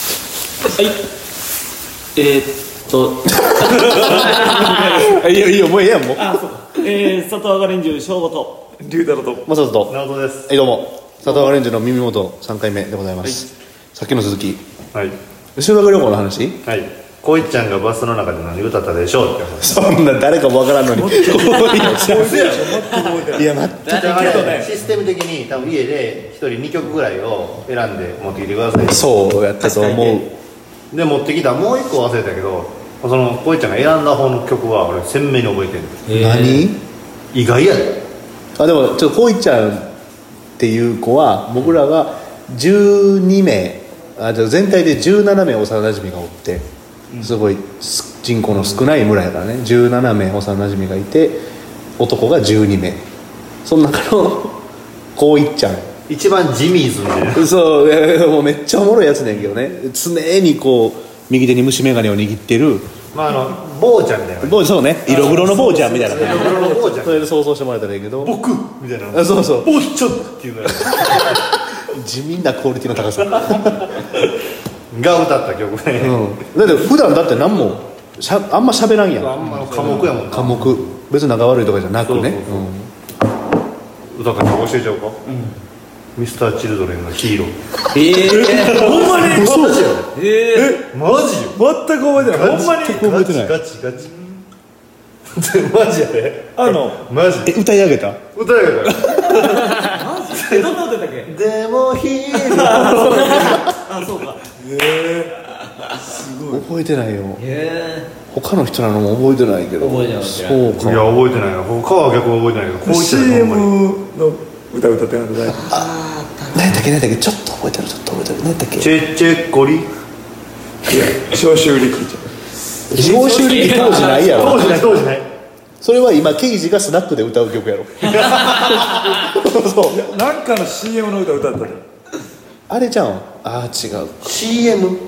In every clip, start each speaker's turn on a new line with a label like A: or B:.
A: はいえー、っと
B: いいよいいよもうええやんもう
A: あそうだえー、佐藤赤レンジ翔吾と
C: 龍太郎と
B: マサトとは
C: 直人です
B: いどうも佐藤アレンジの耳元三回目でございます、さっきの続き
C: はい
B: 修学旅行の話
C: はいこいちゃんがバスの中で何歌ったでしょうって話
B: そんな誰かもわから んのにこういうちゃんいや待って
C: じゃああれシステム的に多分家で一人2曲ぐらいを選んで持ってきてください
B: そうやったと思う
C: で持ってきたもう一個忘れたけどそのこいちゃんが選んだ方の曲は俺鮮明に覚えてる
B: 何
C: 意外やで
B: あでもちょっとこういちゃんっていう子は僕らが12名あじゃあ全体で17名幼馴染がおってすごいす人口の少ない村やからね17名幼馴染がいて男が12名その中のこういちゃん
C: 一番ジミーズみたいな
B: そういやもうめ っちゃおもろいやつねんけどね常にこう右手に虫眼鏡を握ってる
C: まああの坊ちゃんみたいな
B: 坊そうね色黒の坊ちゃんみたいな感
C: 色黒の坊ちゃ
B: じ
C: ん
B: それで想像してもらえたらいいけど
C: 僕みたいな
B: あそうそう
C: 坊ちゃんっていうぐらい
B: 地味なクオリティの高さ
C: が歌った曲で、
B: うん、だって普段だって何もしゃあんま喋らんや
C: あ
B: ん
C: んまの科目やもんな
B: 科目別に仲悪いとかじゃなくね
C: そうそう歌った曲教えちゃおうか、ミスター・チルドレンのヒーロー
A: ええ
D: ほんまに
B: そうじゃ
A: え え
C: マジよ
D: 全く覚えてないほんまに
B: 覚えてない
C: ガチガチ ガチマジやで
D: あの
C: マジ
B: え歌い上げた
C: 歌えよ
A: えどんな歌だっけ
C: でもヒーロー
A: あそうか
B: 覚えてないよ
A: え
B: 他の人なのも覚えてないけど
A: 覚えてな
B: そう
C: い
B: か
C: や覚えてないよ他は逆は覚えてないけどこういったの
D: CM
C: ほんまに
D: の歌歌ってなかった
B: 何やったっけ何やったっけちょっと覚えてるちょっと覚えてる何やったっけ
C: チェチェコリ
D: いや消臭力じ
B: 上州力当時ないやろ
C: 当時ない当時ない
B: それは今ケイジがスナックで歌う曲やろそう
D: ゃんなんかの CM の歌歌ったで
B: あれじゃんああ違う
C: CM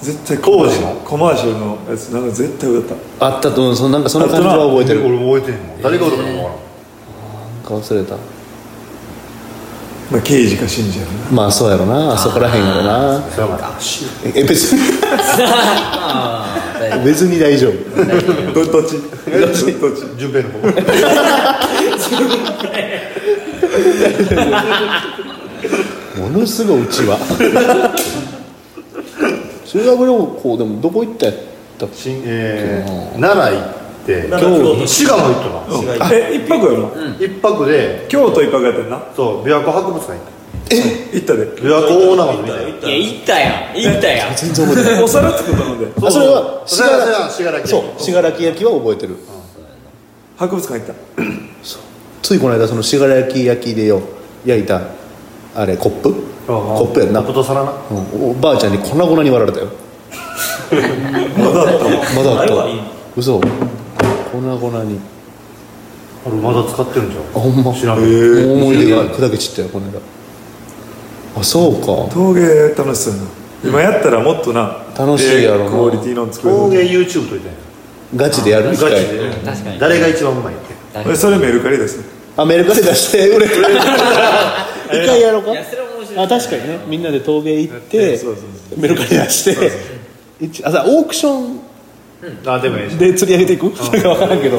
D: 絶対
C: 当時の
D: コマーシャルのやつなんか絶対歌っ
B: あったとうんそのなんかその感じは覚えてるなん
C: 俺覚えてんの誰が歌ったか分からん
B: か忘れた
D: たまあ刑事か信者やな
B: まあそうやろなあそこらへんやろな
C: それはまた
B: え別に別に大丈夫
D: どどっちどっちどっち
C: 順平の方
B: ものすごいうちは修学旅行でもどこ行ったやったっけ
C: 新えー奈良行って
A: 奈良京都
C: 滋賀も行ったな
A: 違い
D: え一泊やろ
C: 一泊で
D: 京都一泊やってんな
C: そう琵琶湖博物館行っ
D: 行ったで
C: た琵琶湖大長野みたいない
A: や行ったやん行ったやん
B: 全然覚えてない
D: お皿作ったので
B: あそれは
C: それは信楽
B: そう信楽焼きは覚えてる
D: 博物館行っ
B: ついこの間その信楽焼きでよ焼いたあれコップコップやんな、
C: コップと皿な
B: うんおばあちゃんに粉々に割られたよ
D: たまだあったわ
B: まだあっ
A: あれ
B: たわ
A: はいい
B: 嘘粉々に
C: あれまだ使ってるんじゃん
B: あほんま
C: 知らん
D: へえー
B: 思い出が砕け散ったよこの間あそうか
D: 陶芸楽しそうやな今やったらもっとな
B: 楽しいやろな
D: でクオリティの作る
C: 陶芸 YouTube といて
B: ガチでやる
C: ガ
B: 機
C: チ
B: 会
C: で
A: 確かに
C: 誰が一番うまいって
D: えそれメルカリですね
B: アメリカで出して売れる 一回やろうか
A: いやそれ面白い
B: あ確かにねみんなで陶芸行って
D: そうそう
B: メルカリ出して一あさオークショ
C: あでもええし
B: ンで釣り上げていくそれが分からんけど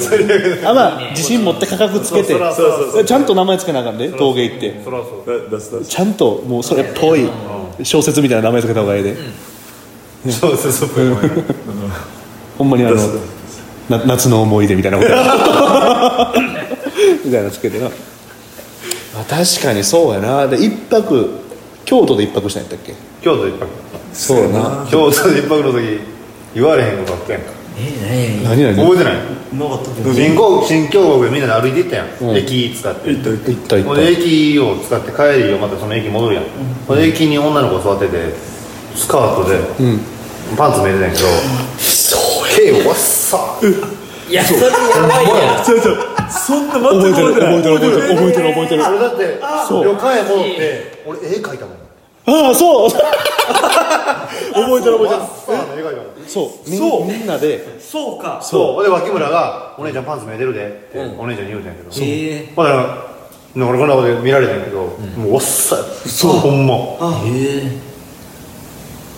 B: あまあ自信持って価格つけて
C: そうそうそうそう
B: ちゃんと名前つけなあかんで陶芸行って
C: そらそう
D: だ出す出す
B: ちゃんともうそれっぽい小説みたいな名前つけた方がいいで
C: そうそうそうそう
B: ほんまにあの
D: 出す
B: な夏の思い出みたいなこと みたいなのつけてな、まあ、確かにそうやなで一泊京都で一泊したんやったっけ
C: 京都一泊
B: そうやな
C: 京都で一泊の時言われへんことあったやんか
A: え
B: 何々
C: 覚えてない
A: 何なかったけど
C: 新興新京極でみんなで歩いていったや
B: うん
C: ん駅使って
D: 行った行っ
B: 行った行
C: ほ
B: っ
C: ん
B: た
C: で駅を使って帰りよまたその駅戻るやんほんで駅に女の子座っててスカートで
B: うん
C: パンツ見えてたんやけど毛わっさ
A: いやそれやばいやん
D: た違う違うそんな全く覚えてない
B: 覚えてる覚えてる覚えてる覚えてる
C: あれだって
B: そう
C: 旅館へ戻って俺絵描いたもん
B: ああそう 覚えてる覚えて
C: わっさの絵描いたもん
B: るそうみ
D: そう
B: みんなで
D: そうか
C: そうで脇村が「お姉ちゃんパンツ見えてるで」ってお姉ちゃんに言うたんやけど
A: へえ
C: まあだから俺こんなこと見られてんけどもうおっさそうほんま
A: へえ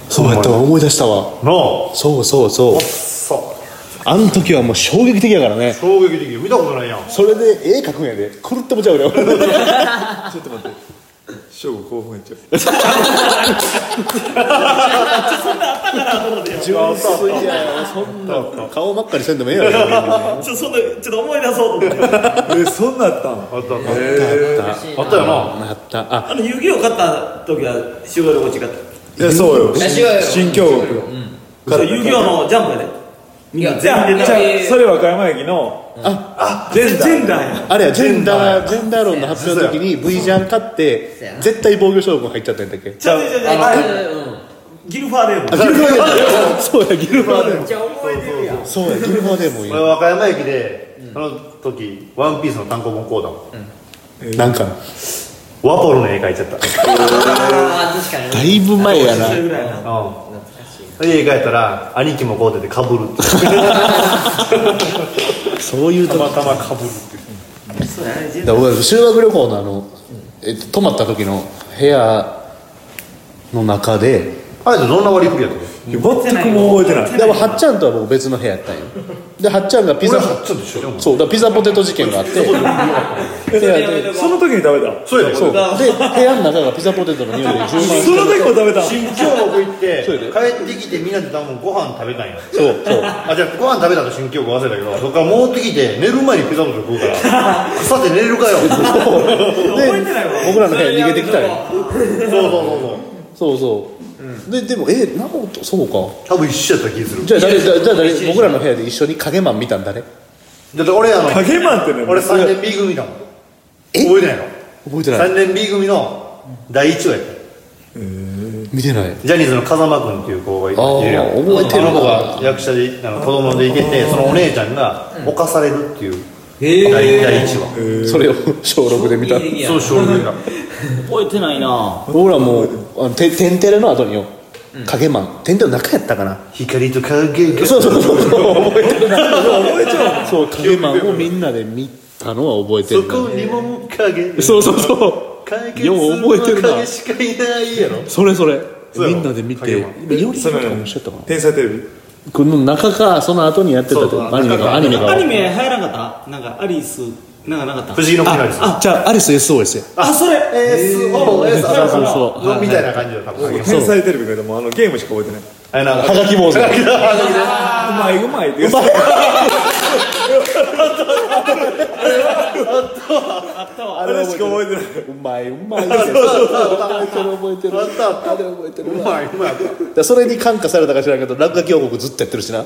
B: そうやったわ思い出したわ
C: の
B: そうそうそう
C: そう
B: あの時はもう衝撃的やからね
C: 衝撃的見たことないやん
B: それで絵描くんやで狂ってもちゃうよ俺
D: ちょっと待って正午興奮やっちゃう
B: 純粋や そんな顔ばっかりせんでもええやろ
E: ちょそんなちょっと思い出そうと思って
D: えそんなんあったん
C: あったあっ
D: え
C: たあったよな
B: なったあ
E: あの遊戯王買った時は集合でこっち買った
D: ーいやそうよ
A: いや違うよ
D: 新京極
E: そう遊戯王のジャンプやでみんな全員で
D: じゃあ
A: えー
D: それ和歌山駅のあジェ
E: ジェン
D: ンダー
E: ダーや
B: あれやジェンダージェンダー論の発表の時に V ジャン買って
A: そうや
B: 絶対防御将軍入っちゃったんだっけ
E: ちゃうちゃうち
A: あ
E: ゃう
A: のうん
E: ギルファーレーブ
B: あギルファーデーモンそうやギルファーデーモン
A: じゃあ覚えてるやん
B: そうやギルファーデーモン
C: 俺
B: や
C: 和歌山駅であの時ワンピースの単行本買うだもん
B: なんか
C: ワポロの絵描いちゃった
A: あー確か
B: だ
A: に
B: いぶ前やな
E: ぐらいやな
C: うん家帰ったら兄貴もこうててかぶるっ て
B: そういうとこ
C: 頭かぶるって
E: そうやねジェン
B: だから僕修学旅行のあの、えっと、泊まった時の部屋の中で
C: あれってどんな割り振りやったの
D: 全くもう覚えてない
B: でもはっちゃんとは僕別の部屋やったんよではっちゃんがピザ
C: ちょっとしょ
B: そうだからピザポテト事件があって部屋で
D: その時に食べた
C: そうやで
B: そうで部屋の中がピザポテトの匂いで充満
D: そ
B: して
D: の時も食べた
C: 新京極行って
B: そうや
C: 帰ってきてみんなで多分ご飯食べたんや
B: そうそう
C: あじゃあご飯食べたと新京極忘れたけどそっから戻ってきて寝る前にピザポテト食うから腐って寝れるかよそう
E: ダー覚えてないわ
B: 僕らの部屋に逃げてきたよ
C: そうそうそう
B: そうそう、ででもえなおとそうか
C: 多分一緒やった気する
B: じゃあ誰だじゃあ誰僕らの部屋で一緒に影マン見たんだね
C: だって俺あの
D: 影マンってね
C: 俺3年 B 組だもん
B: え
C: 覚えてないの
B: 覚えてない
C: 3年 B 組の第1話やった
B: 見てない
C: ジャニーズの風間君っていう子がい
B: あー
C: いるやん
B: 覚えてるな
C: あの子が役者であの子供でいててそのお姉ちゃんが犯されるっていう第第1話
B: それを 小6で見た
A: いや
C: そう衝撃だ
A: 覚えてないな
B: 僕らもうあのて「天てれ」の後によ影マン「天てれ」の中やったかな
C: 光と影が
B: そうそう そう覚えてるな覚えちゃうそう影マンをみんなで見たのは覚えて
C: そ
B: るな
C: こにも影
B: そうそうそう
C: 解決
B: よう覚えてるな
C: の影しかいないやろ
B: それそれ
C: そう
B: み
C: やろ
B: んなで見て
C: 影マ
B: 今より
D: そ
B: と
D: の
B: かも一緒やったかな
D: 天才テレビ
B: この中かその後にやってた
C: そうそう
B: アニメがアニメが
E: アニメ入らなかったなんかアリスなんかなかっ
C: 不
E: た
C: 思議の国なんです
B: あじゃあアリス SOS や
E: あそれ
C: えーすごいえー
B: そうそうそう
C: のみたいな感じだ多分
D: 天才テレビがでもあのゲームしか覚えてない
C: あれなんか
B: はがき坊主
D: うまいうまいって言うて
B: あ
D: あれしか覚えてないう
B: まいうまいって覚えてる
C: あったあった
B: あれ覚えてる
C: うまいうまい
B: だそれに感化されたか知らんけど落書き王国ずっとやってるしな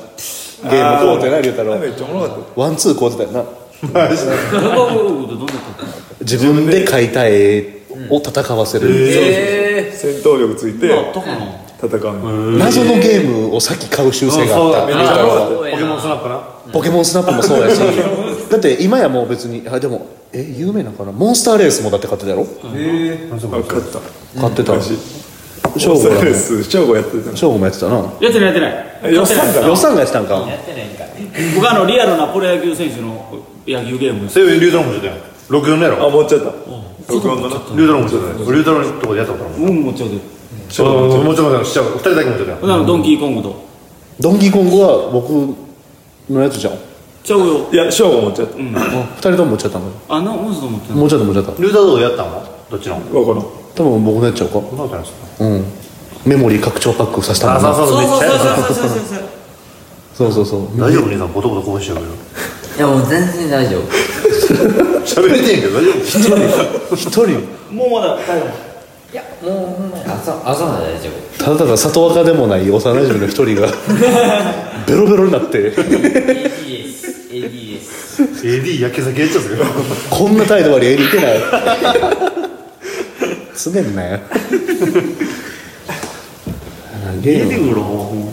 B: ゲームこうてな龍太
D: あれ
B: 郎
D: めっちゃおもろかった
B: ワンツーこうてたよな
E: ドラゴンボールとどんなこと
B: 自分で描いた絵を戦わせる
A: え
D: 戦闘力ついて
E: あったかな
D: 戦う
B: 謎のゲームを先買う習性があった
C: め
B: 龍
C: っ
B: 太
C: ちゃ
B: 郎
C: 良かった
B: は
C: ポケモンスナップな
B: ポケモンスナップもそう やしだって今やもう別にあでもえ有名なのかなモンスターレースもだって買ってたやろ
D: 勝った
B: 買ってた
D: 昔
B: 翔吾
D: そ
B: ら
D: う
B: も
D: です正午やってたの
B: 翔吾もやってたな
E: やってないやってない
D: 予算だ
B: 予算がやってたんか
A: やってないんかい
E: 僕あのリアルなプロ野球選手の野球ゲーム
C: 西洋流太郎も出たよ64のや
D: あ
C: ろ
D: 持っちゃった録音のな
C: 龍太郎も出たよ龍太郎のとこでやったことあるもん
E: うんもちょうど
C: ちょもちろんしちゃう二人だけも出たよ
E: ほんならドンキーコングと
B: ドンキーコングは僕のやつじゃん
E: ちゃうよ
D: いや正午持っちゃった
B: 二人とも持っちゃったの
E: あなもうちょっと持ってない
B: もうちょっと持っちゃった
C: 龍太郎やったのどっちの
D: わからん
B: 多分僕のやつちゃうか
C: そんなことないです
B: うんメモリー拡張パックさせた
C: あ
B: んだ
C: そう
B: な
C: そうそうめっちゃやった
E: そうそうそうそうそう
B: そうそうそう
C: 大丈夫兄さんボトボトこぼしてるけど
A: いやもう全然大丈夫
C: 喋れてんけど大丈夫
B: 一人
E: もうまだ大丈夫
A: いやもうほんまに朝朝なら大丈 夫
B: ただただ里若でもない幼馴染の一 人がベロベロになって
A: ADS ADS
C: AD 焼け酒やっちゃうんですけど
B: こんな態度悪い絵にいけないすねんなよゲーム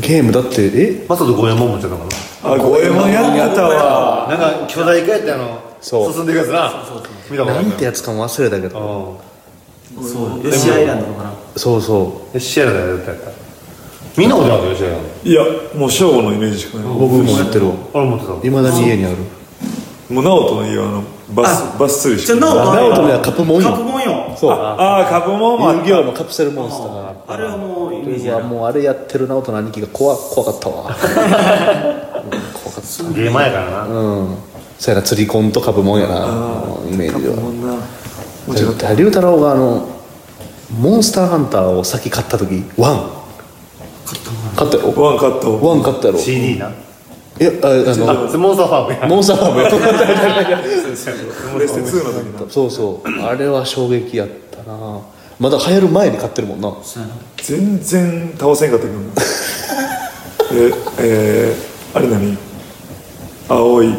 B: ゲームだってえ
C: マサと五右衛門もちゃったから
D: あ五右衛門やってたわ
C: ななんか巨大化やってあの
B: そう
C: 進んでいくやつな見たこと
B: な
C: ない
B: んてやつかも忘れたけど
E: そうよしアイランドとかな
B: そうそう
C: うんシアラだよやったみんなことあるよシアラ
D: いやもう正午のイメージしかない
B: 僕もやってるわ
C: 俺持ってた
B: いまだに家にある
D: もう直人の家はあのバスバス釣りし
E: じゃ
D: か
E: あ
D: ない
E: 直人
B: 直人の家はカップもんよ
E: カップもんよ
B: そう
D: ああーカブモンもあ
B: 遊
D: っ
B: 戯王のカプセルモンスターが
E: あれはもうイメージ
B: う
E: や
B: わ
E: な
B: もうあれやってる直人の兄貴が怖怖かったわうん怖かった
C: ゲーマーやからな
B: うんそやな釣りコンとかぶもんやなうんイメー
D: た
B: ジ
D: カブ
B: は
D: モンな面白かった
B: 絶対龍太郎があのモンスターハンターを先買った時ワン買ったよ
D: ワンカット
B: ワン買ったやろ
C: CD な
B: えああの
C: あモンスターファームや
B: モンスターハンター
D: プレステ2の時の
B: そうそうあれは衝撃やったなまだ流行る前に買ってるもんな
E: そうやな
D: 全然倒せんかったけ どなええー、あれ何青い違う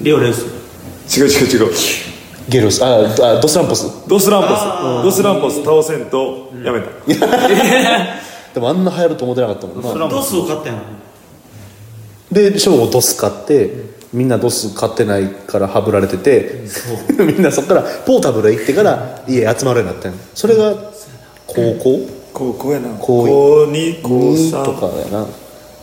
E: リオレウス
D: 違う違う
B: ゲロスああドスランポス
D: ドスランポスドスランポス倒せんとやめた、
B: でもあんな流行ると思ってなかったもんな
C: それはも
E: ド
C: う
E: スを買ったやん
B: で翔吾ドス買ってみんなドス買ってないからはぶられてて みんなそっからポータブルへ行ってから家集まるようになったんよそれが高校
D: 高校やな
B: 高一
D: 高2高
B: に
D: 3
B: とかやな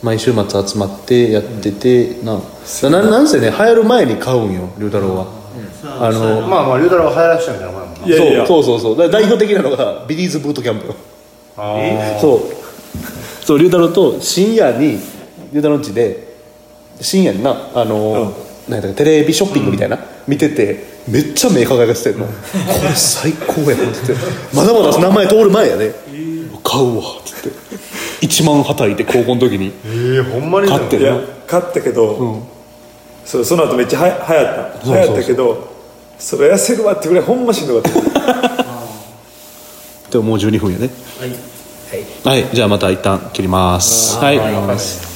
B: 毎週末集まってやっててなだななんせね流行る前に買うんよ龍太郎はあの
C: まあまあ龍太郎が流行らしたみたいなもんやもん
D: いやいや
B: そうそうそうそうだ代表的なのがビリーズブートキャンプよ
C: な
B: そうそう龍太郎と深夜に龍太郎の家で深夜になあのー、なんやったかテレビショッピングみたいな、見ててめっちゃ目輝かせてんの、これ最高やなって言ってまだまだ名前通る前やね、買うわって言って1万はたいて高校の時に
C: ええほんまに
B: 買って
D: いや勝ったけど、そうその後めっちゃは流行った流行ったけどそれ痩せるわってぐらいほんましんどかった
B: でももう12分やね
E: はい
B: はいじゃあまた一旦切りますはい